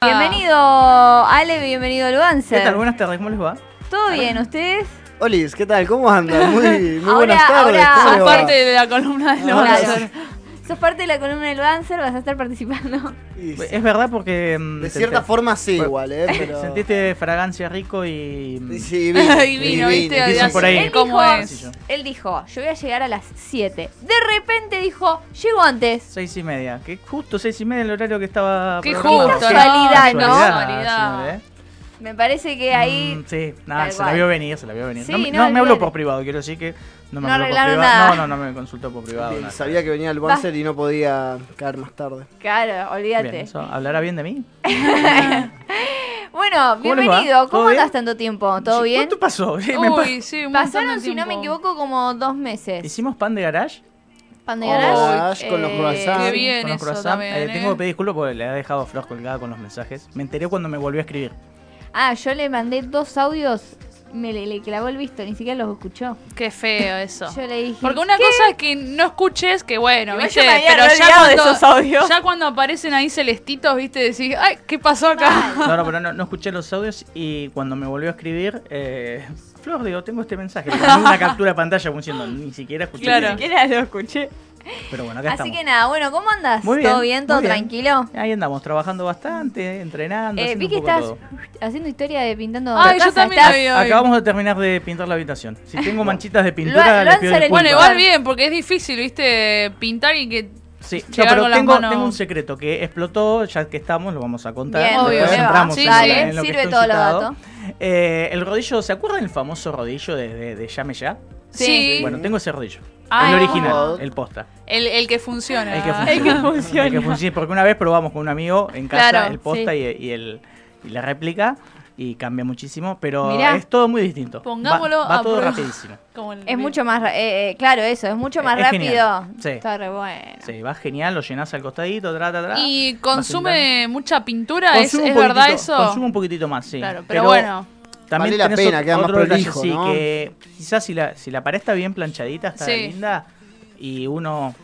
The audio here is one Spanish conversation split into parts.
Ah. Ale, bienvenido al Banzer. ¿Qué tal? Buenas tardes, ¿cómo les va? ¿Todo bien? ¿Ustedes? Olis, ¿qué tal? ¿Cómo andan? Muy, muy Ahora- buenas tardes. ahora- ¿cómo le Pero- Son va? parte Ah, de la columna del Ahora- Banzer. Claro. Sos parte de la columna del Banzer, vas a estar participando. Y Es verdad porque... mm, De te- cierta te- forma sí, Bueno, igual, ¿eh? Pero... Sentiste fragancia rico y... mm, Y Sí, vino, Y vino, viste, y de dicen hace- por ahí. Él ¿Cómo dijo- es? Sencillo. Él dijo, yo voy a llegar a las 7. De repente dijo, llego antes. Seis y media, que justo seis y media el horario que estaba... Qué programado. justo, Qué ¿no? casualidad, ¿no? Casualidad. señor, ¿eh? Me parece que ahí Mm, sí, nada, tal se la cual. vio venir, se la vio venir. Sí, no, me- no, no me habló olvídate. por privado, quiero decir que no me No habló por arreglaron privado. nada. No, no, no me consultó por privado. nada. Sabía que venía el Banzer y no podía caer más tarde. Claro, Bien, olvídate. eso, ¿Hablará bien de mí? Bueno, ¿Cómo les va? bienvenido. ¿Todo ¿Cómo bien? andás tanto tiempo? ¿Todo bien? ¿Cuánto pasó? Me pa- Uy, sí, un montón Pasaron, de si no me tiempo. equivoco, como dos meses. ¿Hicimos pan de garage? Pan de Oh, garage. con los croissants. Ah, Qué bien con los eso croissants. también, Eh, ¿eh? Tengo que pedir disculpas porque le he dejado a Frost colgada con los mensajes. Me enteré cuando me volvió a escribir. Ah, yo le mandé dos audios. Me le, le clavó el visto, ni siquiera los escuchó. Qué feo eso. Yo le dije. Porque una ¿qué? cosa es que no escuches, que bueno, Igual viste, yo me había pero ya olvidado de cuando, esos audios. ya cuando aparecen ahí celestitos, viste, decís, ay, ¿qué pasó acá? No, no, pero no, no escuché los audios y cuando me volvió a escribir, eh, Flor, digo, tengo este mensaje. Le mandé una captura de pantalla como diciendo, ni siquiera escuché. Claro. Ni siquiera- siquiera lo escuché. Pero bueno, acá Así que estamos. nada, bueno, ¿cómo andás? Muy ¿Todo bien, bien? ¿Todo muy bien. tranquilo? Ahí andamos, trabajando bastante, entrenando. Eh, haciendo vi un que poco estás todo. haciendo historia de pintando. Ay, la yo casa, también estás- la vi hoy. Acabamos de terminar de pintar la habitación. Si tengo manchitas de pintura, Lo- le lo pido han disculpas. Bueno, Punto. igual bien, porque es difícil, viste, pintar y que... Sí, no, llegar pero con las tengo, manos. tengo un secreto que explotó, ya que estamos, lo vamos a contar. Bien, Obvio. Después Eva. entramos Sí, en, la- sí. en lo que Sirve está todos los incitado. datos. Eh, el rodillo, ¿se acuerdan el famoso rodillo de, de, de Llame Ya? Sí. Sí. Bueno, tengo ese rodillo. Ah, el no. original, el posta. El, el que funciona. El que funciona. El que funciona. Porque una vez probamos con un amigo en casa Claro, el posta sí. y, y el, y la réplica y cambia muchísimo, pero Mirá. es todo muy distinto. Va- Pongámoslo va, a todo prueba. rapidísimo. Como el- Es mucho más. ra- eh, eh, claro, eso, es mucho Es- más es rápido. genial. Sí. Está re bueno. Sí, va genial, lo llenas al costadito, tra, tra, tra. Y Vas consume mucha pintura, Consume ¿es, un es poquitito- verdad eso? Consume un poquitito más, sí. Claro, pero, bueno. También Vale la tenés pena, ot- queda más otro detalle, prolijo, sí, ¿no? que quizás si la, si la pared está bien planchadita, está Sí. linda, y uno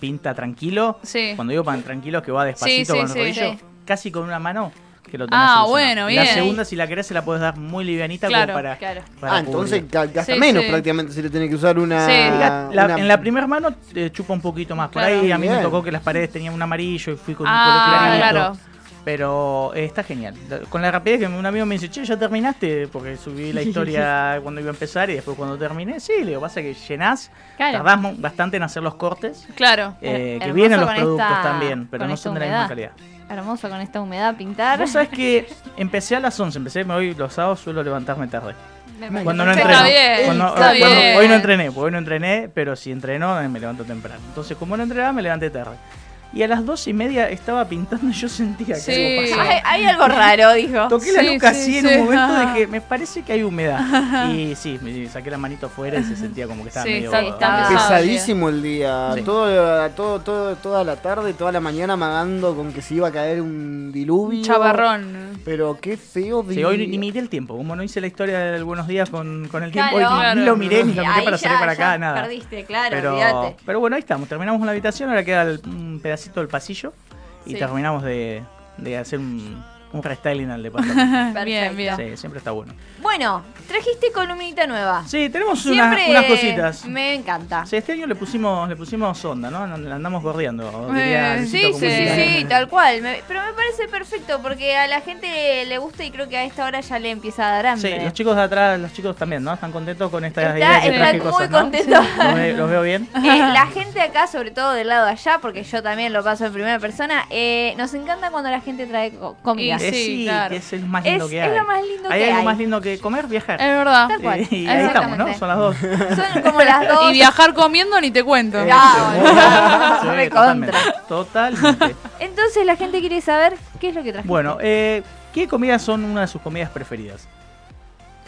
pinta tranquilo, Sí. cuando digo pan tranquilo es que va despacito Sí, sí, con el sí, rodillo, sí. casi con una mano que lo tenés Ah, solucionado. bueno, Y La bien. segunda, si la querés, se la podés dar muy livianita Claro, como para, claro. para ah, entonces cubrir. ga- gasta Sí, menos sí. prácticamente si le tiene que usar una... Sí. La- la- una- en la primera mano te chupa un poquito más. Por Claro. ahí a mí me Bien. tocó que las paredes tenían un amarillo y fui con un Ah, color clarito. claro. Pero eh, está genial. La- Con la rapidez que un amigo me dice, che, ya terminaste, porque subí la historia cuando iba a empezar y después cuando terminé, sí, le digo, pasa que llenás, Claro. tardás mu- bastante en hacer los cortes, Claro. eh, que hermoso vienen los con productos esta- también, pero con no esta son de la humedad. misma calidad. Hermoso con esta humedad pintar. Vos sabés que empecé a las 11, empecé, me voy los sábados, suelo levantarme tarde. Me parece Cuando no perfecto. entreno. Está bien, Cuando- está cuando- bien. Hoy no entrené, porque hoy no entrené, pero si entreno eh, me levanto temprano. Entonces, como no entrenaba, me levanté tarde. Y a las dos y media estaba pintando y yo sentía que Sí. oh, algo pasaba. Hay, hay algo raro, dijo. Toqué la Sí, nuca sí, así en sí. un momento de que me parece que hay humedad. Y sí, me saqué la manito afuera y se sentía como que estaba Sí, medio. sí, estaba medio- pesado. Pesadísimo el día. Sí. Todo, todo, todo, toda la tarde, toda la mañana amagando con que se iba a caer un diluvio. Un chaparrón. Pero qué feo Sí, hoy ni miré el tiempo, como no hice la historia del buenos días con, con el tiempo, Claro. hoy ni- ni Claro. lo miré ni lo miré Ahí para ya- salir para ya acá, nada. Perdiste, claro, Pero, olvídate. pero bueno, ahí estamos, terminamos con la habitación, ahora queda el- un pedacito del pasillo y Sí. terminamos de, de hacer un, un restyling al departamento. Perfecto. Bien, bien. sí, siempre está bueno. Bueno, trajiste columnita nueva. Sí, tenemos unas, Ah. Siempre unas cositas. me encanta. Sí, este año le pusimos, le pusimos onda, ¿no? Le andamos gordeando. diría Eh, Luisito sí, sí, Sí, sí, Comunica. sí, tal cual. Me- pero me parece perfecto porque a la gente le gusta y creo que a esta hora ya le empieza a dar Sí, hambre. los chicos de atrás, los chicos también, ¿no? Están contentos con estas Está- ideas que están traje muy cosas, ¿no? contentos. Los, ve- los veo bien. Eh, la gente acá, sobre todo del lado de allá, porque yo también lo paso en primera persona, eh, nos encanta cuando la gente trae co- comida. Y Eh, sí, claro. que es el más Es- lindo que es hay. lo más lindo hay que algo hay. Eh, más lindo que comer, viajar. Es verdad. Tal cual. y ahí estamos, ¿no? Exactamente. Son las dos. Son como las dos. Y viajar comiendo ni te cuento. Eh. Ah, Sí, no, recontra. totalmente. Totalmente. Entonces la gente quiere saber qué es lo que trajiste. Bueno, eh, ¿qué comidas son una de sus comidas preferidas?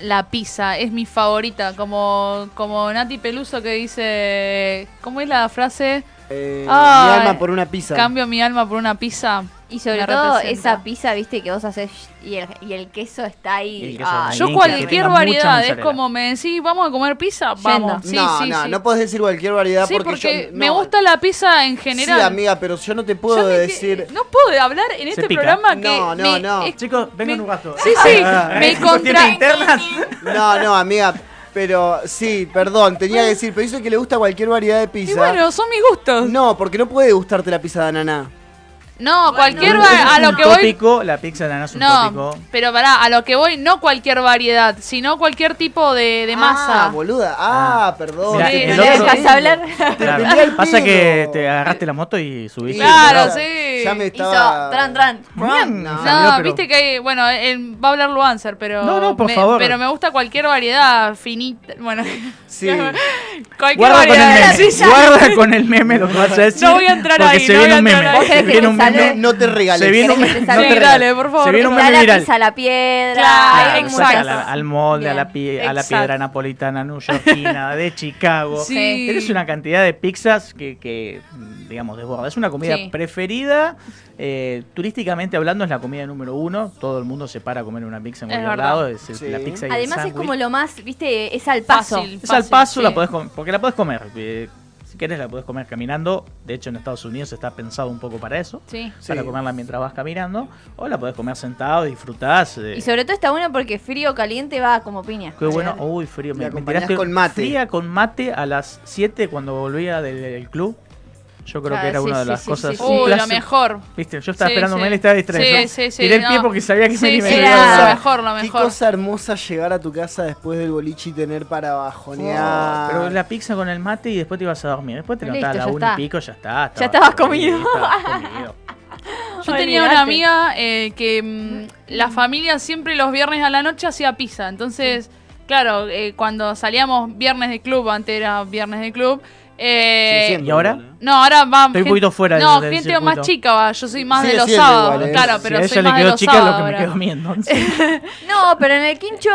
La pizza es mi favorita, como, como Nati Peluso que dice, ¿cómo es la frase? Eh, Ah, mi alma por una pizza. Cambio mi alma por una pizza. Y sobre Me todo representa. esa pizza, viste, que vos haces sh- y el, y el queso está ahí. Y el queso Ah, ahí. Yo Alguien que cualquier tenga mucha variedad, es mozzarella. como me decís, vamos a comer pizza, vamos. Yendo. Sí, no, sí, no, sí. no puedes decir cualquier variedad Sí, porque, porque yo, me no. gusta la pizza en general. Sí, amiga, pero yo no te Yo puedo me que- decir. No puedo hablar en este pica. programa que. No, no, me- no. es- Chicos, vengan me- un rato. Sí, sí, Ah, me ¿esto tiene contra- internas? No, no, amiga. Pero sí, perdón, tenía que decir, pero dice que le gusta cualquier variedad de Y pizza. bueno, son mis gustos. No, No, porque no puede gustarte la pizza de ananá. cualquier Ese va- a es lo un que voy. tópico, la pizza de ananá es un No, tópico. pero pará, a lo que voy no cualquier variedad, sino cualquier tipo de, de Ah, masa. boluda. Ah, perdón. Mirá, el Te pelé otro- al ¿Dejas hablar? pedo. Te Claro. pelé al Pasa que pedo. te agarraste la moto y Sí, subiste. Claro, ya- sí. Ya me Hizo estaba. tran tran. No. No, Salió, pero- viste que hay, bueno, él va a hablar Luancer, pero No, no, por me- favor. pero me gusta cualquier variedad finita, bueno, Sí. cualquier Guarda con el variedad. meme. Sí, ya. Guarda con el meme lo que vas a decir. No voy a entrar porque ahí, se no voy viene a un entrar meme. ahí. ¿Vos querés Se que viene te un salve? meme. No te regales. Se viene un ¿Querés que meme. te salve? no te Sí, dale, por favor. Se viene un Está meme la viral. pizza a la piedra. Claro, hay Claro, muchas. saca exacto. a la- al molde, a la, pi- a la Bien, piedra exacto. napolitana neoyorquina, de Chicago. Sí. Sí. Tienes una cantidad de pizzas que, que, digamos, desborda. Es una comida Sí. preferida. eh, turísticamente hablando, es la comida número uno. Todo el mundo se para a comer una pizza en Es cualquier verdad. lado. Es el- Sí. la pizza y el Además es sándwich. como lo más, viste, es al paso. Fácil. Es al fácil, paso, sí. la podés com- porque la podés comer. eh, si querés, la podés comer caminando. De hecho, en Estados Unidos está pensado un poco para eso. Sí. Sí. Para comerla mientras vas caminando. O la podés comer sentado, disfrutás. eh, Y sobre todo está bueno porque frío o caliente va como piña. Qué bueno. Uy, frío. La Me, me acompañás tiraste con mate. Fría con mate a las 7 cuando volvía del, del club. Yo creo Ah, que era sí, una de sí, las sí, sí, cosas. un sí. Uy, lo placer. mejor. Viste, yo estaba Sí, esperando sí. a él, estaba distraído. Sí, sí, sí, Tiré el no. pie porque sabía que Sí, Meli me sí, iba era a lo ayudar. mejor, lo Qué mejor. cosa hermosa llegar a tu casa después del boliche y tener para Oh, Ah. bajonear. Pero la pizza con el mate y después te ibas a dormir. Después te Listo, levantás a la ya 1 y está. pico, ya está. Ya estabas comido. estabas comido. Yo tenía Olvidate. una amiga eh, que mm, la familia siempre los viernes a la noche hacía pizza. Entonces, claro, eh, cuando salíamos viernes de club, antes era viernes de club. eh, Sigue siendo ¿y ahora? igual, ¿eh? No, ahora va. Estoy un gen- poquito fuera No, del- del gente circuito. más chica va. Yo soy más Sigue de los siendo sábados. igual, ¿eh? Claro, Si pero a soy ella le más de quedó los chica sábados. lo que me ahora. quedó a mí entonces. No, pero en el quincho.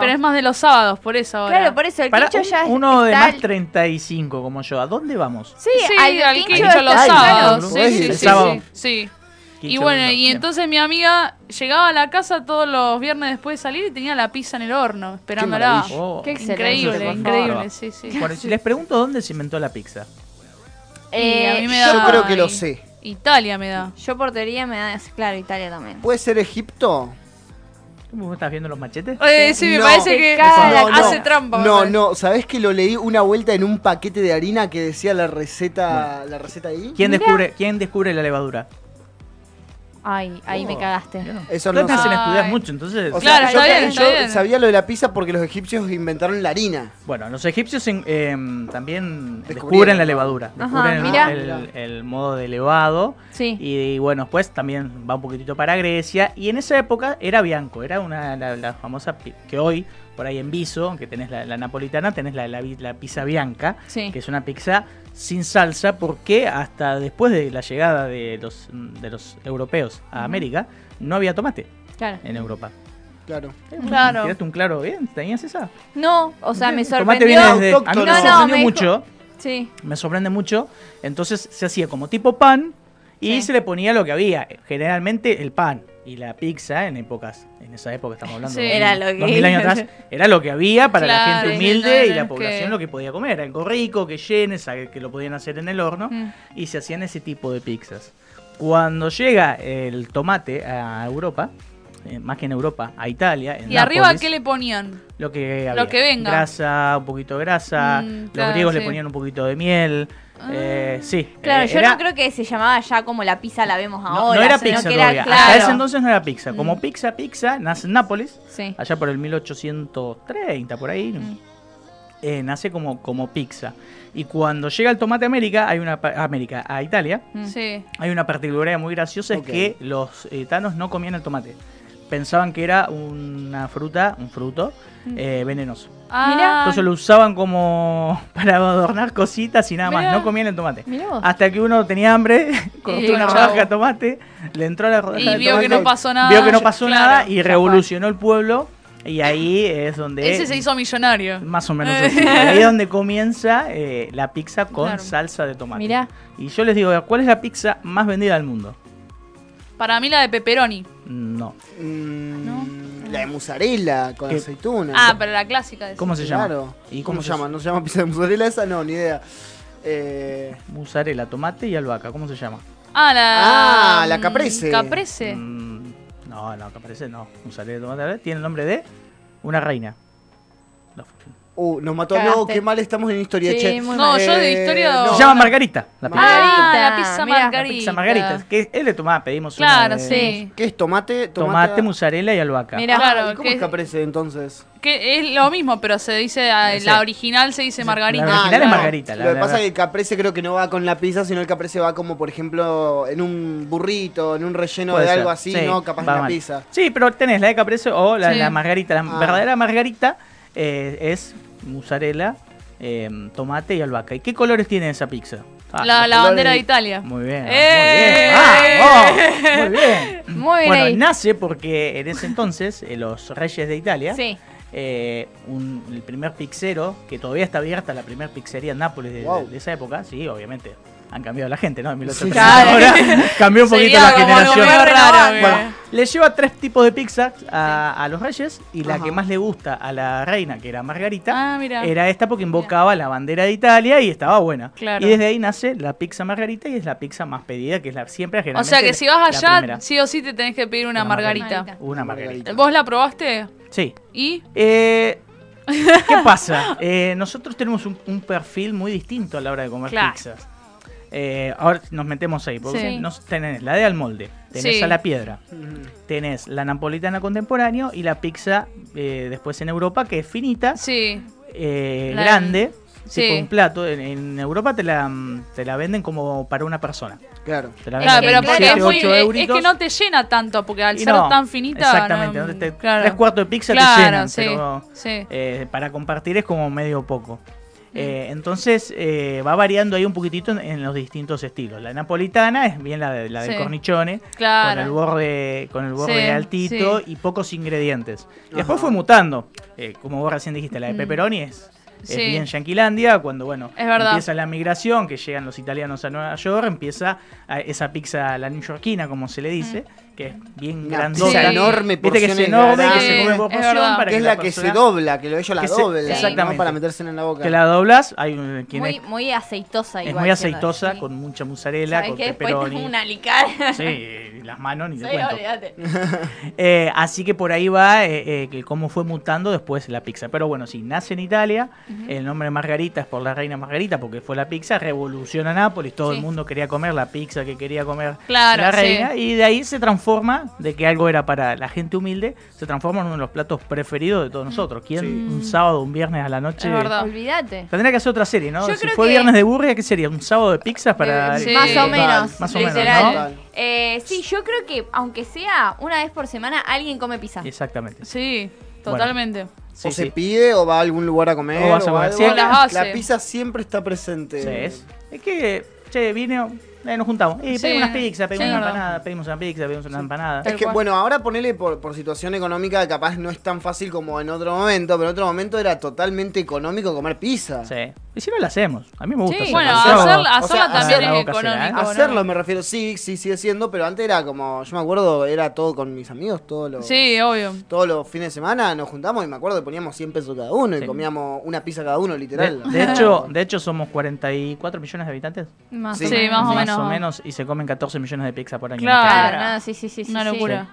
Pero es más de los sábados, por eso ahora. Claro, por eso el Para quincho ya un- uno de está- más 35 como yo, ¿a dónde vamos? Sí, Sí, al, al quincho, quincho los está- sábados. claro. Sí, sí, El sí, sábado. sí, sí. Y Quincho bueno, minutos. y Bien. entonces mi amiga llegaba a la casa todos los viernes después de salir y tenía la pizza en el horno, esperándola. maravilla. Oh, Qué excelente, Increíble, por increíble, favor. sí, sí. Bueno, si les pregunto dónde se inventó la pizza. Eh, Y a mí me yo, da- Yo creo que lo Ay. sé. Italia me da. yo por teoría me da. Claro, Italia también. ¿Puede ser Egipto? ¿Cómo estás viendo los machetes? Eh, sí, me No. parece Te Ah, que caga la hace cara. trampa. me No, parece. no, ¿sabés que lo leí una vuelta en un paquete de harina que decía la receta, la receta ahí? ¿Quién descubre, ¿quién descubre la levadura? Ay, ahí me Oh. cagaste. Eso no Ustedes me hacen sé. estudiar Ay. mucho, entonces... O Claro, sea, yo, está bien, yo está bien. sabía lo de la pizza porque los egipcios inventaron la harina. Bueno, los egipcios en- em, también descubren Descubrieron. la levadura, Ajá, descubren el- mirá. el, el modo de elevado Sí. y, bueno, después también va un poquitito para Grecia y en esa época era bianco, era una la, la famosa pi- que hoy por ahí en Viso, que tenés la, la napolitana, tenés la, la, vi- la pizza bianca, Sí. que es una pizza sin salsa porque hasta después de la llegada de los, mm, de los europeos a América no había tomate Claro. en Europa. Eh, Claro. Claro. ¿Tiraste un claro bien? ¿Tenías esa? No, o sea, me El tomate sorprendió. viene desde... A mí me Autóctono. No, no, sorprendió me dijo- mucho Sí. me sorprende mucho. Entonces se hacía como tipo pan y Sí. se le ponía lo que había. Generalmente el pan y la pizza en épocas, en esa época estamos hablando Sí. de Era lo que- 2000 años atrás, era lo que había para la Claro, gente sí, humilde no, y no, la es población que- lo que podía comer. Algo rico, que llenes, que lo podían hacer en el horno Mm. y se hacían ese tipo de pizzas. Cuando llega el tomate a Europa, eh, más que en Europa, a Italia, en ¿Y arriba Nápoles, qué le ponían? lo que había. Lo que venga. Grasa, un poquito de grasa. Mm, Los claro, griegos le sí. ponían un poquito de miel. Ah. eh, sí. Claro, eh, yo era- no creo que se llamaba ya como la pizza la vemos no- ahora. no era sino pizza que todavía. era, Hasta claro. ese entonces no era pizza. Mm. Como pizza, pizza, nace en Nápoles, Sí. allá por el 1830, por ahí. Mm. eh, nace como, como pizza. Y cuando llega el tomate a América, hay una pa- a América, a Italia, Sí. hay una particularidad muy graciosa, Ok. es que los eh, tanos no comían el tomate. Pensaban que era una fruta, un fruto eh, venenoso. Mm. Ah, Entonces lo usaban como para adornar cositas y nada más. Mirá. No comían el tomate. Mirá vos. Hasta que uno tenía hambre, cortó dijo, una "Chau". rodaja de tomate, le entró la rodaja y de vio tomate, que no pasó nada. vio que no pasó Claro. nada y revolucionó el pueblo. Y ahí es donde. Ese se hizo millonario. Más o menos. así. ahí es donde comienza eh, la pizza con Claro. salsa de tomate. Mirá. Y yo les digo, ¿cuál es la pizza más vendida del mundo? Para mí la de pepperoni. No. Mm, ¿No? La de mozzarella con ¿Qué? aceituna. Ah, pero la clásica. decís. ¿Cómo se Claro. llama? ¿Y cómo, cómo se se- llama? ¿No se llama pizza de mozzarella esa? No, ni idea. Eh, Mozzarella, tomate y albahaca. ¿Cómo se llama? Ah, la. mm, Ah, la caprese. Caprese. Mm, no, no, que parece no. Mozzarella, tomate, albahaca. Tiene el nombre de una reina. La- uh, nos mató. No, Cagaste. qué mal estamos en historia, Sí, che. muy No, mal. yo de Eh, historia- no. Se No. llama Margarita. La pizza, Margarita. Ah, la pizza Mirá, la margarita. La pizza Margarita. Que él le tomaba, pedimos una Claro, de- sí. ¿Qué es tomate? Tomate, mozzarella y albahaca. Mirá. Ah, ¿y Claro, ¿Cómo que es caprese entonces? Que es lo mismo, pero se dice. ah, Sí. La original se dice margarita. La original es Claro. margarita, la- Lo que la- pasa la- es que el caprese creo que no va con la pizza, sino el caprese va como, por ejemplo, en un burrito, en un relleno Puede de ser, algo así, sí, no capaz va en la mal. pizza. Sí, pero tenés la de caprese o la, Sí. la margarita. La Ah. verdadera margarita eh, es mozzarella, eh, tomate y albahaca. ¿Y qué colores tiene esa pizza? Ah, La, los la colores bandera de- de Italia. Muy bien, ¡Eh! muy bien. ¡Vamos! Muy bien. Muy bien Bueno, ahí. nace porque en ese entonces eh, los reyes de Italia, Sí. eh, un- el primer pizzero, que todavía está abierta la primer pizzería en Nápoles de, Wow. de esa época, sí, obviamente han cambiado la gente, ¿no? En Claro. 1830 ahora cambió un poquito Sería la como algo generación. medio raro, eh. que- Bueno, le lleva tres tipos de pizzas a, a los reyes y la Ajá. que más le gusta a la reina, que era Margarita, Ah, mira. era esta porque invocaba la bandera de Italia y estaba buena. Claro. Y desde ahí nace la pizza Margarita y es la pizza más pedida, que es la siempre O generalmente sea que si vas la allá, primera. sí o sí te tenés que pedir una Una margarita. margarita. Una Margarita. ¿Vos la probaste? Sí. ¿Y? Eh, ¿Qué pasa? Eh, nosotros tenemos un, un perfil muy distinto a la hora de comer Claro. pizzas. Eh, ahora nos metemos ahí, porque Sí. nos- tenés la de al molde, tenés Sí. a la piedra, Mm. tenés la napolitana contemporáneo y la pizza eh, después en Europa, que es finita, Sí. eh, La- grande, sí. tipo un plato. En, en Europa te la, te la venden como para una persona. Claro. Te la Claro, que Ah, pero claro, porque venden es, siete, muy- ocho es- es euritos. que no te llena tanto, porque al Y ser no, tan finita. Exactamente, no, no te- claro. tres cuartos de pizza Claro, te llenan, sí, pero sí. eh, para compartir es como medio poco. Mm. Eh, entonces eh, va variando ahí un poquitito en, en los distintos estilos. La napolitana es bien la de, la de Sí. cornichone, con el Claro. borde, con el borde Sí, altito sí. y pocos ingredientes. Después Ajá. fue mutando. Eh, como vos recién dijiste, la de Mm. pepperoni es, es Sí. bien yanquilandia. Cuando bueno, Es verdad. empieza la migración, que llegan los italianos a Nueva York, empieza a- esa pizza la neoyorquina, como se le dice, Mm. que es bien Una grandota. pizza Sí. enorme, Viste que es porciones enorme, que grandes. se come por Sí, es porción verdad. para que es la, que se persona- dobla, que lo- ellos la que se- doblan. ¿no? exactamente. Para metérsela en la boca. Que la doblas, hay un- quien Muy, es, muy aceitosa es igual. muy aceitosa, sí. con mucha mozzarella, Sabés con que después te pepperoni. fue una licada. Sí, y las manos ni Sí, te cuento. olvídate. Eh, así que por ahí va eh, eh, que cómo fue mutando después la pizza. Pero bueno, sí, nace en Italia, el nombre Margarita es por la reina Margarita, porque fue la pizza, revoluciona Nápoles, todo Sí. el mundo quería comer la pizza que quería comer Claro, la sí. reina, y de ahí se transforma, de que algo era para la gente humilde, se transforma en uno de los platos preferidos de todos Mm. nosotros. ¿Quién un sábado, un viernes a la noche? Es verdad. Olvídate. Tendría que hacer otra serie, ¿no? Yo si creo fue que- viernes de burria, ¿qué sería? ¿Un sábado de pizzas para...? Sí. Más o Total, menos. más o menos, literal. ¿no? Eh, sí, yo creo que aunque sea una vez por semana, alguien come pizza. Exactamente. Sí, Bueno. totalmente. Sí, o se sí. pide o va a algún lugar a comer. O vas a comer. algo. Sí, O las hace. La pizza siempre está presente. Sí, es. Es que, che, vino, eh, nos juntamos. Y Sí, pedimos unas pizzas, pedimos sí, una verdad. empanada, pedimos una pizza, pedimos una empanada. Es Tal que, cual. bueno, ahora ponele por, por situación económica, capaz no es tan fácil como en otro momento, pero en otro momento era totalmente económico comer pizza. Sí. Y si no la hacemos, a mí Sí, me gusta. hacerla. bueno, Yo hacerla, hago- o sea, hacerla también hacerla es vos casera, ¿eh? económico. ¿no? Hacerlo me refiero, sí, sí, sigue siendo, pero antes era como, yo me acuerdo, era todo con mis amigos, todos los, Sí, obvio. todos los fines de semana nos juntamos y me acuerdo que poníamos 100 pesos cada uno y Sí. comíamos una pizza cada uno, De, literal. de hecho, de hecho, somos 44 millones de habitantes. Más Sí. sí, más o menos. y se comen 14 millones de pizzas por año. Claro. Claro, no, sí, sí, sí. sí, Una sí. locura.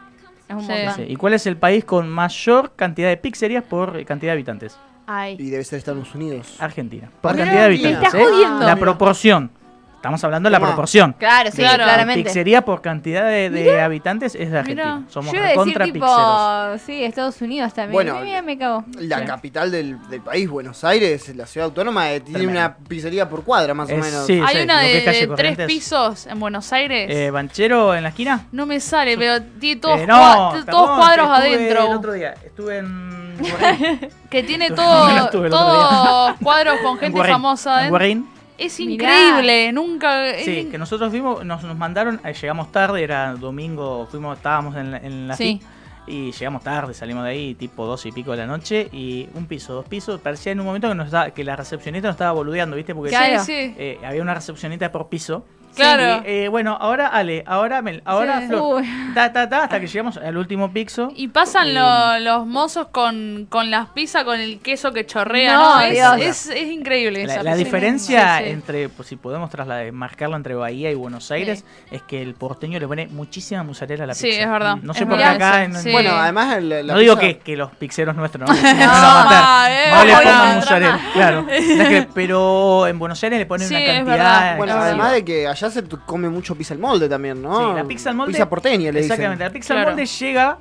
Es un Sí. montón. Sí, sí. ¿Y cuál es el país con mayor cantidad de pizzerías por cantidad de habitantes? Ay. y debe ser Estados Unidos. Argentina. Por Mirá, cantidad de me habitantes. estás ¿eh? jodiendo. La Mirá. proporción. Estamos hablando de la Tomá. proporción. Claro, sí, Claro. claramente. Pizzería por cantidad de, de habitantes es de Argentina. Mirá. Somos Yo iba a decir contra tipo, pizzeros. sí, Estados Unidos también. Bueno, Mira, me cago. La Sí. capital del, del país, Buenos Aires, la ciudad autónoma, eh, tiene Tremendo. una pizzería por cuadra, más o Es- menos. sí. Hay una lo que de, es calle de tres Corrientes. pisos en Buenos Aires. Eh, ¿Banchero en la esquina? no me sale, pero tiene todos, Eh, cua- todos perdón, cuadros estuve adentro. El otro día estuve en. Guarrín. Que tiene No, todo- no todos estuve el otro día. cuadros con En gente Guarrín. famosa En adentro. Guarrín. Es Mirá. increíble, nunca. es Sí, in- que nosotros fuimos, nos, nos mandaron, eh, llegamos tarde, era domingo, fuimos, estábamos en la, en la Sí. FIT, y llegamos tarde, salimos de ahí tipo dos y pico de la noche y un piso, dos pisos, parecía en un momento que, nos estaba- que la recepcionista nos estaba boludeando, ¿viste? Porque Claro. Sí, sí. eh, había una recepcionista por piso Claro. Uh. Y, eh, bueno, ahora Ale, ahora Mel, ahora Sí. Flor. Uy. Ta, ta, ta, hasta que llegamos al último pixo. Y pasan Eh. lo- los mozos con, con las pizzas, con el queso que chorrea. No, No, Es, Dios. es- es increíble La, esa la pizza. diferencia Sí, sí. entre, pues, si podemos trasladar, marcarlo entre Bahía y Buenos Aires, es que el porteño le pone muchísima mozzarella a la Sí, pizza. es verdad. No Es sé por qué verdad. acá. en- Sí. bueno, Bueno, además. la- la no digo pizza- que, que los pixeros nuestros no, no, No, matar, eh, no le bueno, pongan otra mozzarella, más. claro. No es que- pero en Buenos Aires le ponen Sí, una es cantidad. verdad. Bueno, Es excesiva. además de que allá se tu- come mucho pizza al molde también, ¿no? Sí, la pizza al molde- Pizza porteña, le dicen. Exactamente, la pizza al Claro. molde llega,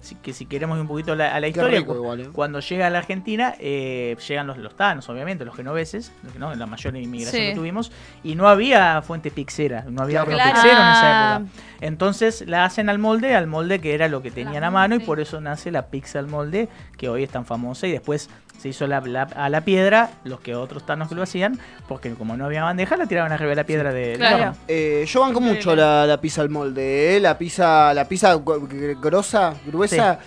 si- que si queremos ir un poquito la- a la Qué historia, rico cu- igual, ¿eh? cuando llega a la Argentina, eh, llegan los, los tanos, obviamente, los genoveses, los que no, la mayor inmigración Sí. que tuvimos, y no había fuente pixera, no había Claro. horno Claro. pixero en esa Ah. época. Entonces la hacen al molde, al molde que era lo que tenían a mano, y sí. por eso nace la pizza al molde, que hoy es tan famosa, y después se hizo la, la- a la piedra, los que otros tanos que lo hacían, porque como no había bandeja, la tiraban arriba de la piedra de del Claro. horno. Eh, yo banco mucho Increíble. la, la pizza al molde, ¿eh? La pizza, la pizza gu- gr- grosa, gruesa. Además,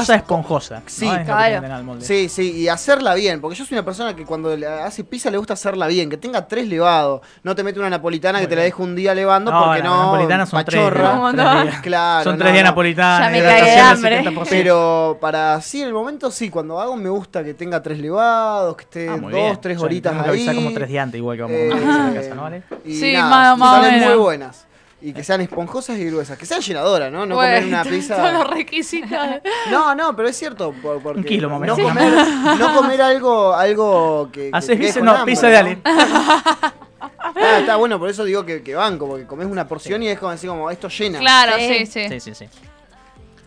Grosa esponjosa. Sí, ¿no? Es lo que claro. tienden al molde. Sí, sí, y hacerla bien, porque yo soy una persona que cuando le hace pizza le gusta hacerla bien, que tenga tres levados. No te mete una napolitana que Muy te la bien. dejo un día levando No, porque las no. napolitanas son tres, pachorra. ¿no? Un montón. Tres días. Claro. Son no, tres días no. napolitanas. Ya me hidratación cagué de del hambre. 70%. Pero para sí, en el momento sí, cuando hago me gusta que tenga tres levados, que esté Ah, muy eh, dos, bien. tres O sea, horitas tengo que avisar ahí. como tres días antes, igual que vamos Eh, a hacer la casa, ¿no, Ale? y Sí, nada, más- más o salen muy menos. buenas. Y que sean esponjosas y gruesas, que sean llenadoras, ¿no? No Bueno, comer una Todos pizza. Pues, los requisitos. No, no, pero es cierto. por- porque Un kilo, más o no menos. comer, no comer algo, algo que. que te Haces quedes pizza, eh, con Ah, no, hambre, pizza de Ale. Ah, está bueno, por eso digo que, que banco, porque comes una porción y es como así como esto llena. Claro, Sí. sí, sí. Sí, sí, sí.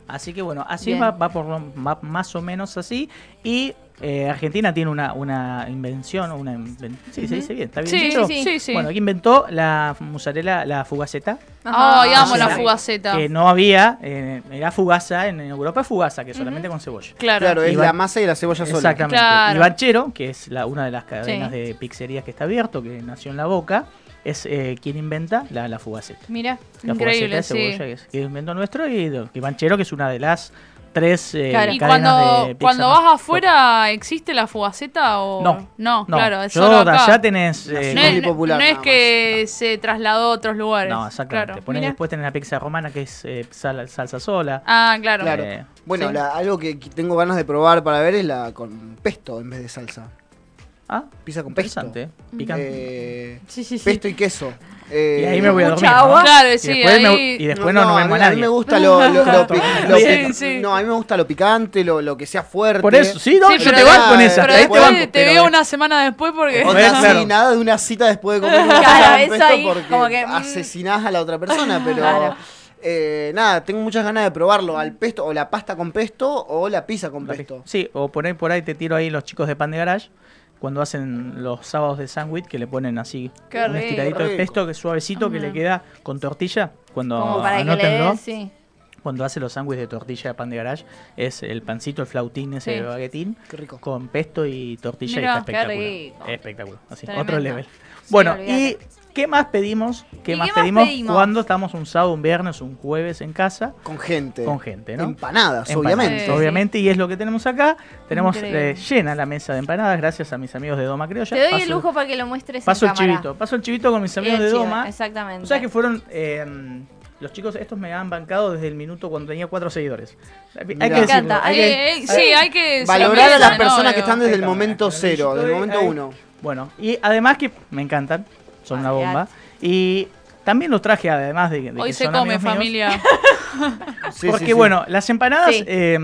Así que bueno, así Bien. va, va por lo- va más o menos así. Y eh, Argentina tiene una, una invención, una inven- sí, se dice bien, está bien Sí, dicho? sí, sí, sí. Bueno, que inventó la mozzarella, la fugaceta, Ay, Ajá. amo la Sí. fugaceta. que no había, eh, era fugaza, en Europa es fugaza, que solamente con cebolla. Claro. Claro, eh. es Iván. la masa y la cebolla sola. Exactamente. Claro. Y Banchero, que es la, una de las cadenas Sí. de pizzerías que está abierto, que nació en La Boca, es eh, quien inventa la, la fugaceta. Mira. La Increíble, fugaceta de sí. cebolla, que es, que es invento nuestro, y, de- y Banchero, que es una de las tres eh, Claro. Y cadenas cuando, de pizza cuando más vas afuera, ¿existe la fugaceta o...? No. No, top. No, claro, es yo solo de acá. allá tenés... eh, no, es es, muy popular, no es nada más. que se trasladó a otros lugares. no, exactamente. Claro. Ponés- Mira. después tenés la pizza romana, que es eh, sal- salsa sola. Ah, claro. Claro. Eh, Bueno, Sí. la- algo que que tengo ganas de probar para ver es la con pesto en vez de salsa. ah, Pizza con pesto. interesante. Mm. Picante. Eh, Sí, sí, sí. pesto y queso. Eh, y ahí me voy a Mucha dormir, ¿no? agua. Claro, Y sí, después, me- ahí- y después no, nos a, vemos mí, a a mí nadie. me gusta lo, lo- lo pic- lo Sí, pic- sí. No, a mí me gusta lo picante, lo, lo que sea fuerte. Por eso, sí, no, Sí, yo pero te banco en ya- esa. Pero ahí te después banco, te pero- veo una semana después porque... Onda, Bueno, sí, claro. nada de una cita después de comer una Claro, pizza con eso pesto ahí, porque como que, mm. asesinás a la otra persona, pero Claro. eh, nada, tengo muchas ganas de probarlo al pesto, o la pasta con pesto, o la pizza con La pesto. pi- Sí, o por ahí, por ahí te tiro ahí los chicos de Pan de Garage. Cuando hacen los sábados de sándwich, que le ponen así Qué un rico. estiradito Qué de rico. pesto que es suavecito, que le queda con tortilla. Cuando Como para que le anótenlo, des, sí. cuando hace los sándwiches de tortilla de pan de garage, es el pancito, el flautín, ese Sí. baguetín, Qué rico. con pesto y tortilla Mirá, y qué está espectacular. rico. Espectacular. Así, Tremendo. otro level. bueno, olvídate. ¿y qué más pedimos? ¿Qué ¿Y más qué más pedimos, pedimos? cuando estamos un sábado, un viernes, un jueves en casa? Con gente. Con gente, ¿no? Empanadas, Empanadas, Este, obviamente. Sí. obviamente, y es lo que tenemos acá. Tenemos Increíble. eh, llena la mesa de empanadas, gracias a mis amigos de Doma Criolla. Te doy Paso- el lujo para que lo muestres Paso en el cámara. chivito, paso el chivito con mis amigos El de chivo, Doma. Exactamente. O sea que fueron eh, los chicos, estos me han bancado desde el minuto cuando tenía cuatro seguidores. Hay que Me decirlo, encanta, hay hay que- Eh, eh, sí, hay que... Valorar a sí, las no, personas que digo. están desde el Ahí está, momento mira, cero, ahí del está, momento ahí. uno. Bueno, y además que me encantan, son una bomba. Y también los traje además de, de que Hoy se son come, amigos míos. familia. Sí, Ah, Porque sí, sí. bueno, las empanadas, Sí. eh,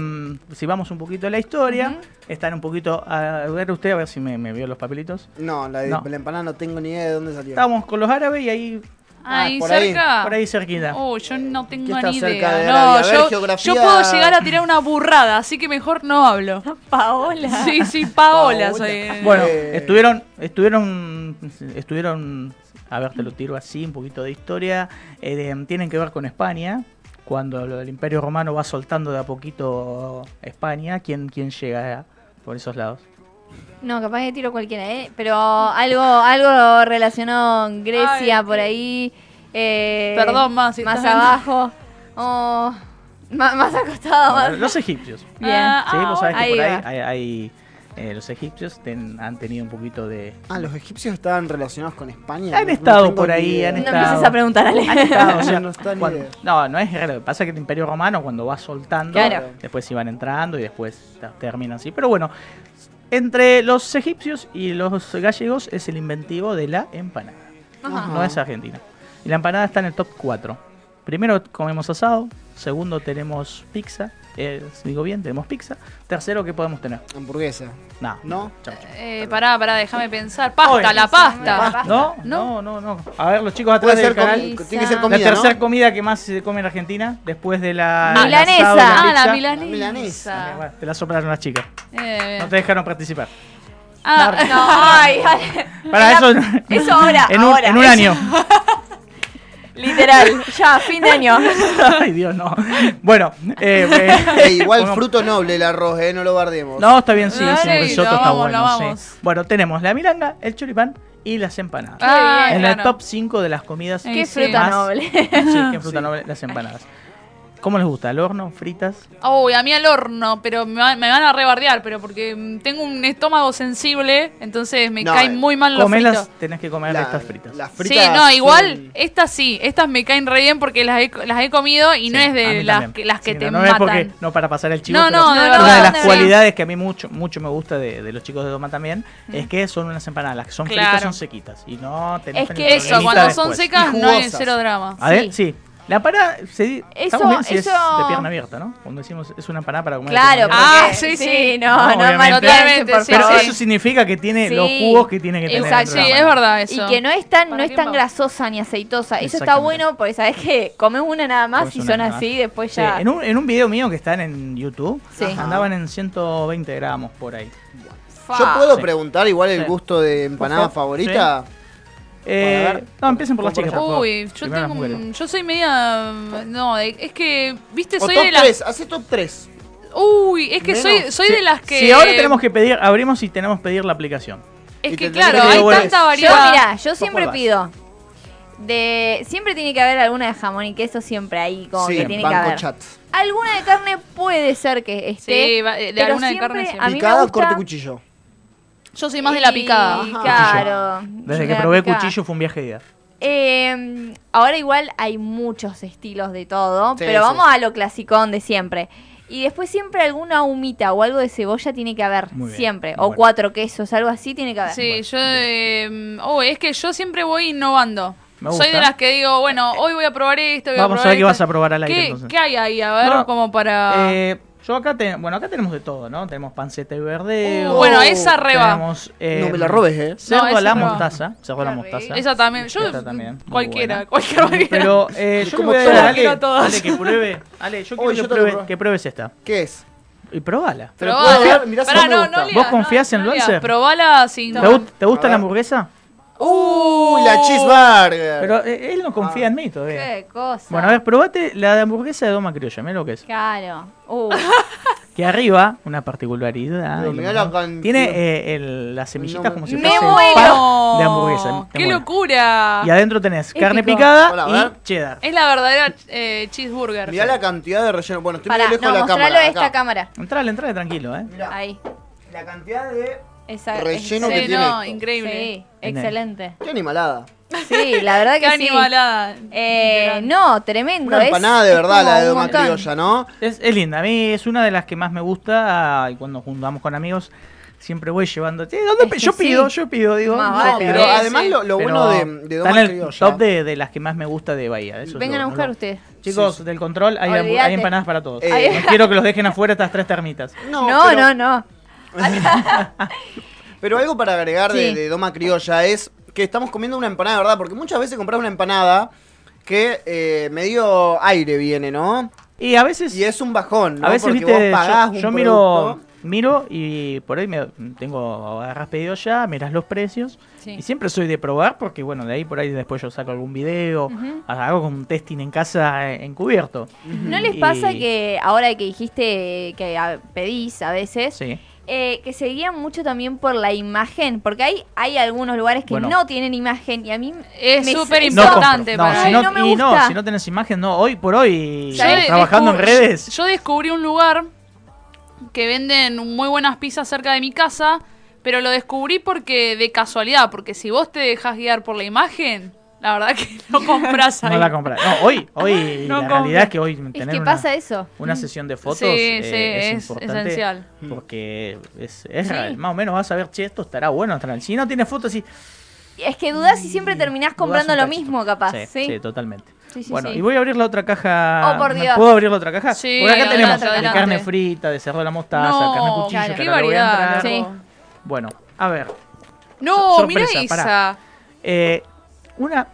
si vamos un poquito a la historia, están un poquito, a ver usted, a ver si me, me vio los papelitos. No la, de- No. la empanada no tengo ni idea de dónde salió. Estábamos con los árabes y ahí, Ah, Ahí por ahí, cerca. por ahí cerquita. Oh, yo no tengo está ni cerca idea. de no, Arabia? A ver, yo, geografía. yo puedo llegar a tirar una burrada, así que mejor no hablo. Paola. Sí, sí, Paola Paola. soy. Bueno, Eh. estuvieron, estuvieron, estuvieron, a ver, te lo tiro así, un poquito de historia, eh, de- tienen que ver con España, cuando lo- el Imperio Romano va soltando de a poquito España, ¿quién, quién llega por esos lados? No, capaz que tiro cualquiera, ¿eh? Pero algo, algo relacionado con Grecia Ay, por sí. ahí. eh, Perdón, más, si Más estás viendo. abajo. o ma- más acostado, más. Los egipcios. Bien. Ah, Sí, vos sabés que Ah. ahí por ahí va. hay, hay, eh, los egipcios ten- han tenido un poquito de... Ah, los egipcios estaban relacionados con España. Han No- no estado tengo por ni ahí, idea. han No estado. empieces a preguntar a estado. Leo. o sea, no está ni cuando- idea. no, no es raro. Pasa que el Imperio Romano cuando va soltando, Claro. después iban entrando y después ta- termina así. Pero bueno, entre los egipcios y los gallegos es el inventivo de la empanada. Ajá. No es Argentina. Y la empanada está en el top 4. Primero comemos asado, segundo tenemos pizza, eh, digo bien, tenemos pizza. Tercero, ¿qué podemos tener? Hamburguesa, Nada. ¿no? Eh, pará, pará, déjame pensar. Pasta, Oye. la pasta. Pasta. No, no, No. no, no. A ver, los chicos Puede atrás del ser comi- canal. Pizza. tiene que ser La comida, tercera ¿no? comida que más se come en Argentina, después de la el Milanesa. asado y la Ah, la pizza. milanesa. La milanesa. Bueno, te la soplaron las chicas. Eh, No te dejaron participar. ah, No, ay, ay. Para eso. Eso ahora, En un, ahora. en un año. Literal, ya, fin de año. Ay, Dios, no. Bueno, eh, eh, Eh, igual pongamos- fruto noble el arroz, eh, no lo bardemos. No, está bien, sí. sí, Ay, el risotto lo está amamos, bueno. lo sí. amamos. Bueno, tenemos la milanga, el choripán y las empanadas. ah, Qué en el claro. top 5 de las comidas. Eh, Qué sí. fruta Más- noble. Sí, que fruta noble, las empanadas. ¿Cómo les gusta? ¿Al horno? ¿Fritas? Uy, a mí al horno, pero me, va- me van a rebardear, pero porque mm, tengo un estómago sensible, entonces me No, eh, caen muy mal los Comelas, fritos. tenés que comer La- estas fritas. las sí, fritas no, igual son- estas sí, estas me caen re bien porque las he, co- las he comido y no Sí, es a mí de las también. que, las que Sí, te no, no es matan. porque, no para pasar el chivo, No, pero no, No, de no, una de verdad. las sí. cualidades que a mí mucho, mucho me gusta de, de los chicos de Doma también es que son unas empanadas, las que son fritas Mm. Claro. son sequitas y no tenés Es el que problemita Eso, cuando son después. Ah, secas Y no hay jugosas. cero drama. A ver, sí. La empanada, se, di- estamos Eso- bien si es eso- de pierna abierta, ¿no? Cuando decimos es una empanada para comer de Claro, pierna Ah, porque- sí, sí. no, no, Obviamente. malinterpreten, por Totalmente, abierta. favor. Pero sí, eso significa que tiene Sí. los jugos que tiene que tener. Exacto. Exacto, sí, dentro de es verdad la empanada. eso. Y que no es tan, ¿Para no es quién tan va? grasosa ni aceitosa. Eso está Exactamente. bueno porque sabés que comes una nada más Comes y una son nada así, después Sí, ya. en, un, en un video mío que están en YouTube, Sí. Ajá. andaban en 120 gramos por ahí. Fa. Yo puedo Sí. preguntar igual el Sí. gusto de empanada Por favor, favorita. Eh, Bueno, a ver. no, empiecen por las Vamos chicas. por por favor. Uy, yo Primero las tengo un- mujeres. yo soy media no, de- es que viste O soy top de las 3, hace top 3. Uy, es que Menos. soy soy Sí, de las que Si ahora tenemos que pedir, abrimos y tenemos que pedir la aplicación. Es Y que te claro, tenés que hay devolver. tanta Yo, variedad. mira, yo siempre vas? pido. De, siempre tiene que haber alguna de jamón y queso, siempre ahí, como sí, que tiene que banco haber. chat. Alguna de carne puede ser que esté. Sí, va- eh, de pero alguna de siempre carne siempre. a mí me Picada o gusta- corte cuchillo. Yo soy más de la picada. Y, Ajá. Claro. Desde que la probé picada. cuchillo fue un viaje de día. Eh, ahora igual hay muchos estilos de todo, Sí, pero sí. vamos a lo clasicón de siempre. Y después siempre alguna humita o algo de cebolla tiene que haber, Muy bien, siempre. muy O bueno. cuatro quesos, algo así tiene que haber. Sí, yo eh, oh, es que yo siempre voy innovando. Me Soy de gusta. las que digo, bueno, hoy voy a probar esto, voy Vamos a a probar ver qué esto. vas a probar al aire, ¿Qué, entonces. qué hay ahí? A ver, No, como para... Eh, yo acá, te- bueno, acá tenemos de todo, ¿no? Tenemos panceta y verdeo. Uh, bueno, esa reba. oh, tenemos, eh, no me la robes, eh. Cerdo No, a esa la no. mostaza. Cerdo a la Qué mostaza. rico. Esa también. Yo, mm, Esa también, muy Cualquiera, buena. cualquier variedad. Pero eh, yo le Como voy a todo. dar a Las quiero Ale, todas. Ale que pruebe. Ale, yo quiero Oye, yo que, te lo pruebe- probé. que pruebes esta. ¿Qué es? Y probala. Te lo Probala. puedo dar, mirá si Pará, no me no, gusta. no leas, ¿Vos no, confiás en no leas. Luenser? Probala sin... ¿Te, gust- te gusta la A ver. hamburguesa? Uy, la cheeseburger. Oh. Pero eh, él no confía Ah. en mí todavía. Qué cosa. Bueno, a ver, probate la de hamburguesa de Doma Criolla. Mira lo que es. Claro. Uh, Que arriba, una particularidad. Pero y lo mirá la mejor, cantidad. Tiene eh, el- las semillitas No me- como si Me fuese muero. pan de hamburguesa. Te ¡Qué muero. locura! Y adentro tenés carne Épico. picada Hola, a ver. y cheddar. Es la verdadera eh, cheeseburger. Mirá la cantidad de relleno. Bueno, estoy muy pará, lejos no, de la mostralo cámara. a esta acá. cámara. Entrale, entrale tranquilo, ¿eh? Mirá, Ahí. la cantidad de... Esa, Relleno es- que Sí, sí, tiene no, esto. increíble. Sí, excelente. Qué animalada. Sí, la verdad Qué que sí. animalada. Eh, Literal. no, tremendo. Una es- empanada de es verdad como la de un Doma montón. Criolla, ¿no? Es, es linda, a mí es una de las que más me gusta ah, y cuando juntamos con amigos siempre voy llevando. "Che, ¿dónde Es pe- que yo sí. pido, yo pido, digo. Más "No, vale, Pero Sí, además sí. lo, lo Pero bueno de, de está en Doma el Criolla... top de, de las que más me gusta de Bahía. eso es Vengan lo- a buscar lo- ustedes. Chicos, del control hay, hambu- Olvídate. hay empanadas para todos. Eh, No quiero que los dejen afuera estas tres termitas. No, pero- no, no. Pero algo para agregar de, Sí. de Doma Criolla es que estamos comiendo una empanada, ¿verdad? Porque muchas veces compras una empanada que eh, medio aire viene, ¿no? Y a veces, Y es un bajón, ¿no? a veces Porque viste, vos pagás yo, un yo miro, producto. miro y por ahí me tengo agarras pedido ya, miras los precios. Sí. Y siempre soy de probar porque, bueno, de ahí por ahí después yo saco algún video, hago como un testing en casa eh, encubierto. ¿No les pasa Y- que ahora que dijiste que a- pedís a veces, Sí. eh, que se guían mucho también por la imagen? Porque hay, hay algunos lugares que Bueno. no tienen imagen y a mí Es me- súper eso- No, Importante compro. no, para- si no, Ay, no me y no, gusta. si no tenés imagen, no. Hoy por hoy, Yo de- trabajando en descubrí- redes, Yo descubrí un lugar que venden muy buenas pizzas cerca de mi casa, pero lo descubrí porque de casualidad, porque si vos te dejás guiar por la imagen, la verdad que no compras ahí. No la compras. No, hoy, hoy, No la compra. realidad es que hoy Es tener que una, pasa eso. una sesión de fotos Sí, eh, sí, es, es importante esencial. Porque es, es Sí. real. Más o menos vas a ver, che, esto estará bueno. estará- Si no tiene fotos, sí. Es que dudás y siempre terminás comprando Mm, Dudás lo un cachito. mismo, capaz. Sí, Sí, sí, totalmente. Sí, sí, bueno, sí. y voy a abrir la otra caja. Oh, por ¿Me Dios. ¿Puedo abrir la otra caja? Sí, Por acá adelante, tenemos de adelante. carne frita, de cerdo de la mostaza, carne no, cuchillo. claro. que qué ahora le voy a variedad. entrar. entrar. loco. Bueno, a ver. No, mira sorpresa, esa. pará. Eh, una,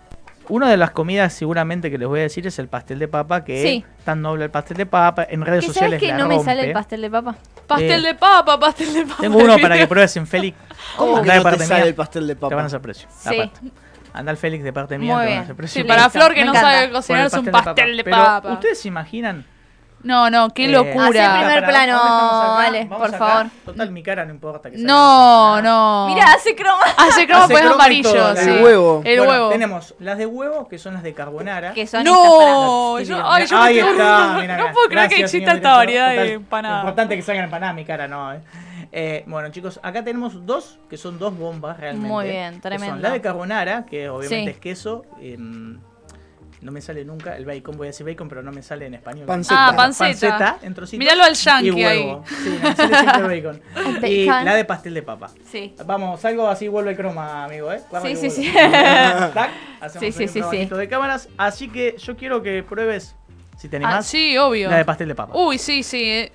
una de las comidas seguramente que les voy a decir es el pastel de papa, que Sí. es tan noble el pastel de papa. En redes Que sabes sociales que la no me sale rompe. el pastel de papa. Pastel Eh, de papa, pastel de papa. Tengo uno para que pruebes en Félix. ¿Cómo que Andá de no te parte sale mía, el pastel de Te van a papa? hacer precio. Sí. aparte. Anda al Félix de parte mía, Muy te van a bien. hacer Sí, precio. para Listo, Flor que me no encanta. sabe Por el cocinar es un pastel de papa. Pero, ¿Ustedes se imaginan? No, no, qué Eh, Hacé locura. primero- primer Pará, plano, ¿dónde estamos acá? Ale, Vamos por acá. favor. Total, mi cara no importa. que salga. No, no. Mirá, hace croma. Hace croma, Hace pues es croma y amarillo. todo, sí. el huevo. Eh. El Bueno, huevo. Tenemos las de huevo, que son las de carbonara. Que son No, estas yo, para las- ay, yo me Ahí estoy está, burlando. mirá, No mirá. puedo creer que Gracias, exista señor esta director. variedad de Total, lo empanadas. Importante que salgan empanadas, mi cara no. eh. Eh, bueno, chicos, acá tenemos dos que son dos bombas realmente. Muy bien, que tremendo. Son la de carbonara, que obviamente Sí. es queso. eh, no me sale nunca el bacon, voy a decir bacon, pero no me sale en español. Panceta. Ah, panceta. en trocitos. Miralo al Y yankee huevo. Sí, no me sale siempre bacon. El y bacon. la de pastel de papa. Sí. Vamos, algo así vuelve el croma, amigo, ¿eh? Guarda Sí, que sí, vuelve. sí. Tac, Sí, hacemos sí, un sí, trabajito de cámaras. Así que yo quiero que pruebes, si te Ah, animás, sí, obvio. la de pastel de papa. Uy, sí, sí. eh.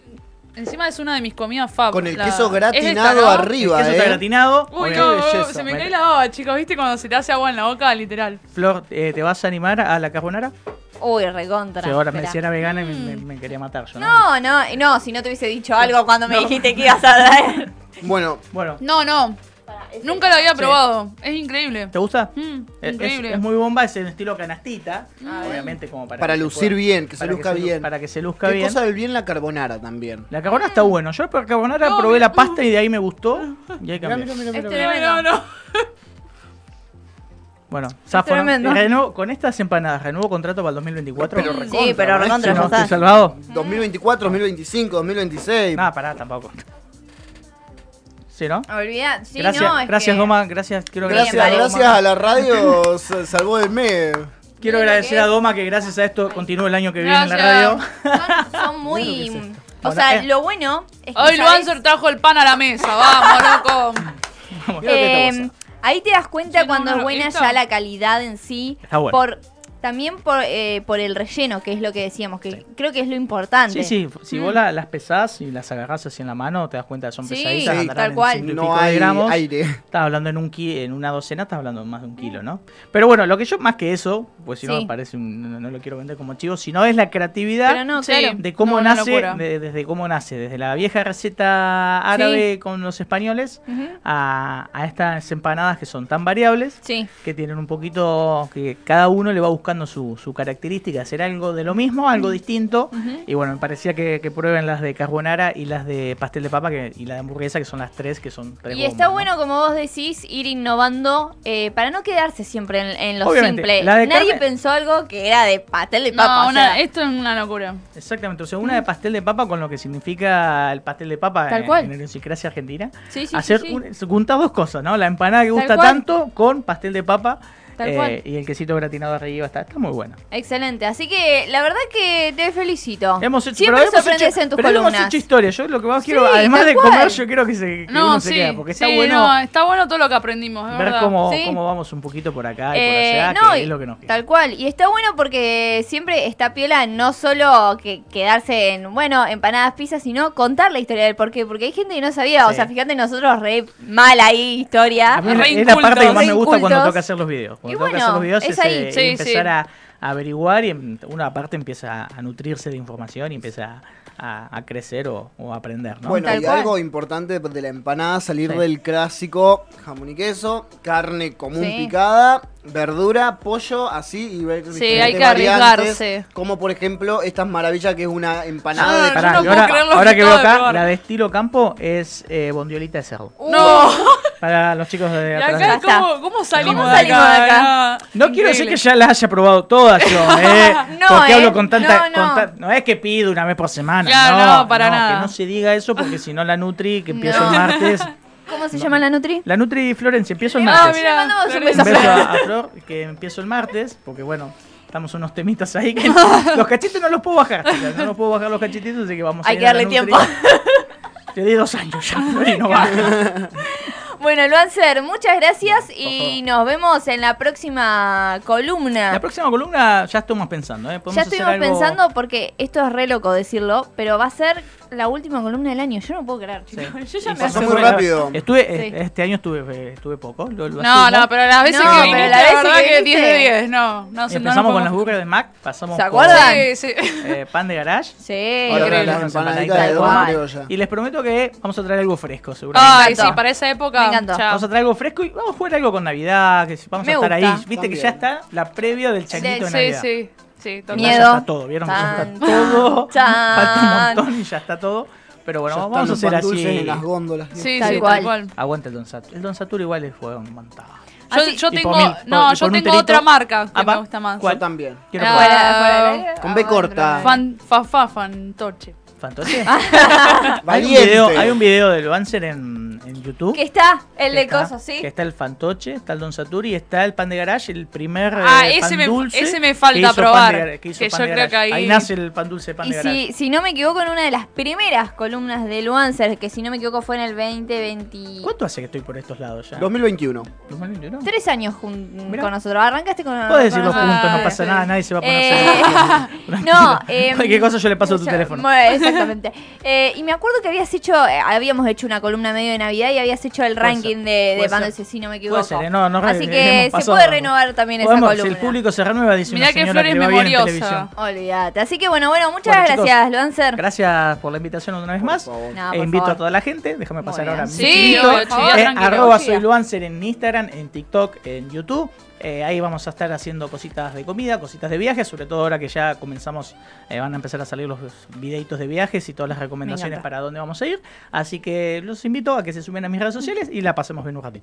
Encima es una de mis comidas favoritas. Con el queso gratinado El arriba, queso está eh. gratinado. Uy, Qué no, belleza. se me Bueno. cae la baba, chicos. ¿Viste cuando se te hace agua en la boca? Literal. Flor, eh, ¿te vas a animar a la carbonara? Uy, recontra. Sí, ahora me Esperá. decía era vegana y me, Mm. me- me quería matar yo. No, ¿no? no, no, si no te hubiese dicho algo cuando me dijiste que ibas a traer. Bueno, Bueno, No, no. Nunca lo había probado. Es increíble. ¿te gusta? Mm, Es- es- increíble. Ah, Es, muy bomba, es en estilo canastita. Obviamente, como para. Para que se lucir pueda- bien, que se para luzca lu- bien. Para que se luzca qué bien. cosa del bien la carbonara también. La carbonara está bueno. Yo la carbonara Mm. No, probé mira, la pasta y de ahí me gustó. Y ahí Mirá, cambié. mirá, mirá, Este mirá. era- no, no. Bueno, Zafo, tremendo. renuevo, con estas empanadas, renuevo contrato para el 2024. Pero Sí, recontra, pero ¿no? recontra, Si ya no, estoy está. salvado. 2024, 2025, 2026. Nada, pará, tampoco. ¿Sí, no? Olvidá, sí, gracias, no, es gracias, que- Doma. Gracias, quiero Bien, Gracias, vale. agradecer. a gracias Doma. a la radio se salvó el mes. Quiero Mira agradecer que- a Doma que gracias a esto continúa el año que viene en la Son, Gracias. radio. son Mira muy. lo que es esto. o Bueno, sea, eh. lo bueno es que. Hoy sabes- Luanzer trajo el pan a la mesa. Vamos, loco. Mira lo que Eh, es esta ahí te das cuenta Sí, no, cuando no, es buena esto- ya la calidad en sí. Está bueno. Por, también por, eh, por el relleno, que es lo que decíamos, que creo que es lo importante. Sí, sí, si vos la- las pesás y las agarrás así en la mano, te das cuenta que son Sí, pesaditas, sí, andarán tal en cual. ciento y No pico de hay gramos. aire. Estás hablando en un ki- en una docena, estás hablando en más de un kilo, ¿no? Pero bueno, lo que yo más que eso, pues si no Sí. me parece, un- no, no lo quiero vender como chivo, sino es la creatividad Pero no, Sí. claro. de cómo No, una nace, locura. de- desde cómo nace, desde la vieja receta árabe con los españoles Ujú. a, a estas empanadas que son tan variables, Sí. que tienen un poquito, que cada uno le va buscando su, su característica, hacer algo de lo mismo, algo distinto. Y bueno, me parecía que, que prueben las de carbonara y las de pastel de papa que- y la de hamburguesa, que son las tres, que son tres Y está bombas, bueno, ¿no? como vos decís, ir innovando eh, para no quedarse siempre en, en lo Obviamente, simple. la de Nadie carne- pensó algo que era de pastel de papa. No, o una- sea, esto es una locura. Exactamente, o sea, una de pastel de papa con lo que significa el pastel de papa Mm. Tal en, cual. en la idiosincrasia argentina. Sí, sí, Hacer sí, sí. un- juntar dos cosas, ¿no? La empanada que Tal gusta cual. tanto con pastel de papa Tal eh, cual. y el quesito gratinado arriba, está, está muy bueno. Excelente. Así que la verdad que te felicito. Hemos hecho, Oh. Siempre pero hemos sorprendes hecho- en tus pero columnas. Hemos hecho historia. Yo lo que más Sí, quiero, además tal de cual. comer, yo quiero que, se, que uno No, se sí. quede, porque está sí, bueno no, está bueno todo lo que aprendimos, es ver verdad. cómo, Sí. cómo vamos un poquito por acá y Eh, por allá, no, que y- es lo que nos queda. Tal cual. Y está bueno porque siempre está piola no solo que quedarse en, bueno, empanadas, pizzas, sino contar la historia del porqué. Porque hay gente que no sabía. O Sí. sea, fíjate, nosotros re mal ahí historia. A mí es la Reincultos. parte que más me gusta cuando Ah, Reincultos. toca hacer los videos. Cuando Y toca bueno, hacer los videos es es, ahí. eh, Sí, empezar sí. A, a averiguar y em- una parte empieza a nutrirse de información y empieza a, a crecer o, o a aprender, ¿no? Bueno, Tal y cual. algo importante de la empanada, salir Sí. del clásico jamón y queso, carne común Sí. picada, verdura, pollo, así y ver Sí, diferentes hay que variantes, arriesgarse. Como por ejemplo estas maravillas que es una Ah, empanada de Pará, yo no y puedo ahora, creer lo ahora que que veo acabo de acá, probar. la de estilo campo es eh, bondiolita de cerdo. No, para los chicos de Uh, Y atrás. acá, Ya está. ¿cómo, cómo salimos ¿Cómo de salimos de acá? acá? No quiero decir Increíble. que ya las haya probado todas yo, ¿eh? No, porque ¿eh? hablo con tanta, No, no. con ta- es que pido una vez por semana, Claro, no, no, para nada. que no se diga eso porque si no la Nutri que empieza No. el martes, ¿Cómo se llama la Nutri? la Nutri Florencia empiezo el Le mandamos- martes. le mira, mandamos un Florencia. Un beso a beso Flor. a, a Flor, que empiezo el martes, porque bueno, estamos unos temitas ahí que los cachetitos no los puedo bajar, chicas, no los puedo bajar los cachetitos, así que vamos a Hay ir que a la darle Nutri. tiempo. Te di dos años ya, Flor, y no va. Bueno, Luancer, muchas gracias y nos vemos en la próxima columna. La próxima columna ya estamos pensando, ¿eh? Ya Podemos hacer estuvimos algo- pensando, porque esto es re loco decirlo, pero va a ser la última columna del año. Yo no puedo creer, chicos. Yo Sí. ya Y me pasó asusté. muy Muy rápido. rápido. Estuve, eh, Sí. Este año estuve, eh, estuve poco. Lo, lo No, asumo. no, pero las veces No, que pero viniste, la la vez verdad que que 10 viniste. de 10, no. no sé, no Empezamos nos con las podemos- burgers de Mac, pasamos ¿Se por, acuerdan? Sí, sí. eh, pan de garage. Sí. Ahora Increíble. las Unas empanaditas empanaditas de de Don guay. Criolla. Y les prometo que vamos a traer algo fresco, seguramente. Ah. Ay, encantó. Ah, sí, para esa época. Me encantó. ya. Vamos a traer algo fresco y vamos a jugar algo con Navidad, que vamos Me a estar gusta. ahí. Viste que ya está la previa del changuito de Sí, Navidad. sí, sí. total. Igual Miedo. Ya está todo, vieron que ya Tan, está todo. tan, Falta un montón y ya está todo. Pero bueno, Ya están vamos a los hacer pan dulces así. en las góndolas. Sí, Tal sí, cual. tal cual. Aguanta el Don Satur. El Don Satur igual es juego un montón. Yo, Así- yo Y tengo, por mil- no, por- y yo por un tengo tirito. otra marca que Ah, pa- me gusta más. ¿Cuál? Yo también. Quiero Ah. probar. Fuera, fuera del aire. Ah, Con B Aguanta. corta. Fan, fa, fa, fantoche. ¿Fantoche? Hay un, Valiente. video, hay un video de Luancer en, en YouTube. Que está el que de está- cosas, ¿sí? Que está el fantoche, está el Don Satur y está el pan de garage, el primer Ah, eh, ese pan me- dulce ese me que falta hizo pan de probar, gara- que hizo que pan yo de creo que garage. ahí- nace el pan dulce, pan Y de garage. si, si no me equivoco, en una de las primeras columnas de Luancer, que si no me equivoco fue en el 2020. ¿Cuánto hace que estoy por estos lados ya? 2021. 2021. Tres años jun- Mirá. con nosotros. Arrancaste con. Puedes decir los con- puntos, no Ah, pasa sí. nada, nadie se va a poner Eh, celoso. no, Tranquilo. eh, Cualquier cosa yo le paso tu teléfono. Bueno, Exactamente. Eh, y me acuerdo que habías hecho, eh, habíamos hecho una columna medio de Navidad y habías hecho el Puede ranking ser, de, puede de Pan ser. Dulce, si no me equivoco. Puede ser, eh, no, no, Así le- le hemos que se pasado puede algo. renovar también esa Podemos, si columna. el público se renueva, dice una Mirá que señora Flor que es le va bien en memoriosa. televisión. Olvídate. Así que bueno, bueno, muchas Bueno, chicos, gracias, Luancer. Gracias por la invitación una vez Por más. favor. No, E por invito favor. a toda la gente. Déjame pasar Muy ahora. bien. mi Sí, chiquito. obvio, chiquilla, Eh, tranquila, arroba chiquilla. soy Luancer en Instagram, en TikTok, en YouTube. Eh, ahí vamos a estar haciendo cositas de comida, cositas de viajes, sobre todo ahora que ya comenzamos, eh, van a empezar a salir los videitos de viajes y todas las recomendaciones encanta. para dónde vamos a ir. Así que los invito a que se sumen a mis redes sociales y la pasemos bien un ratito.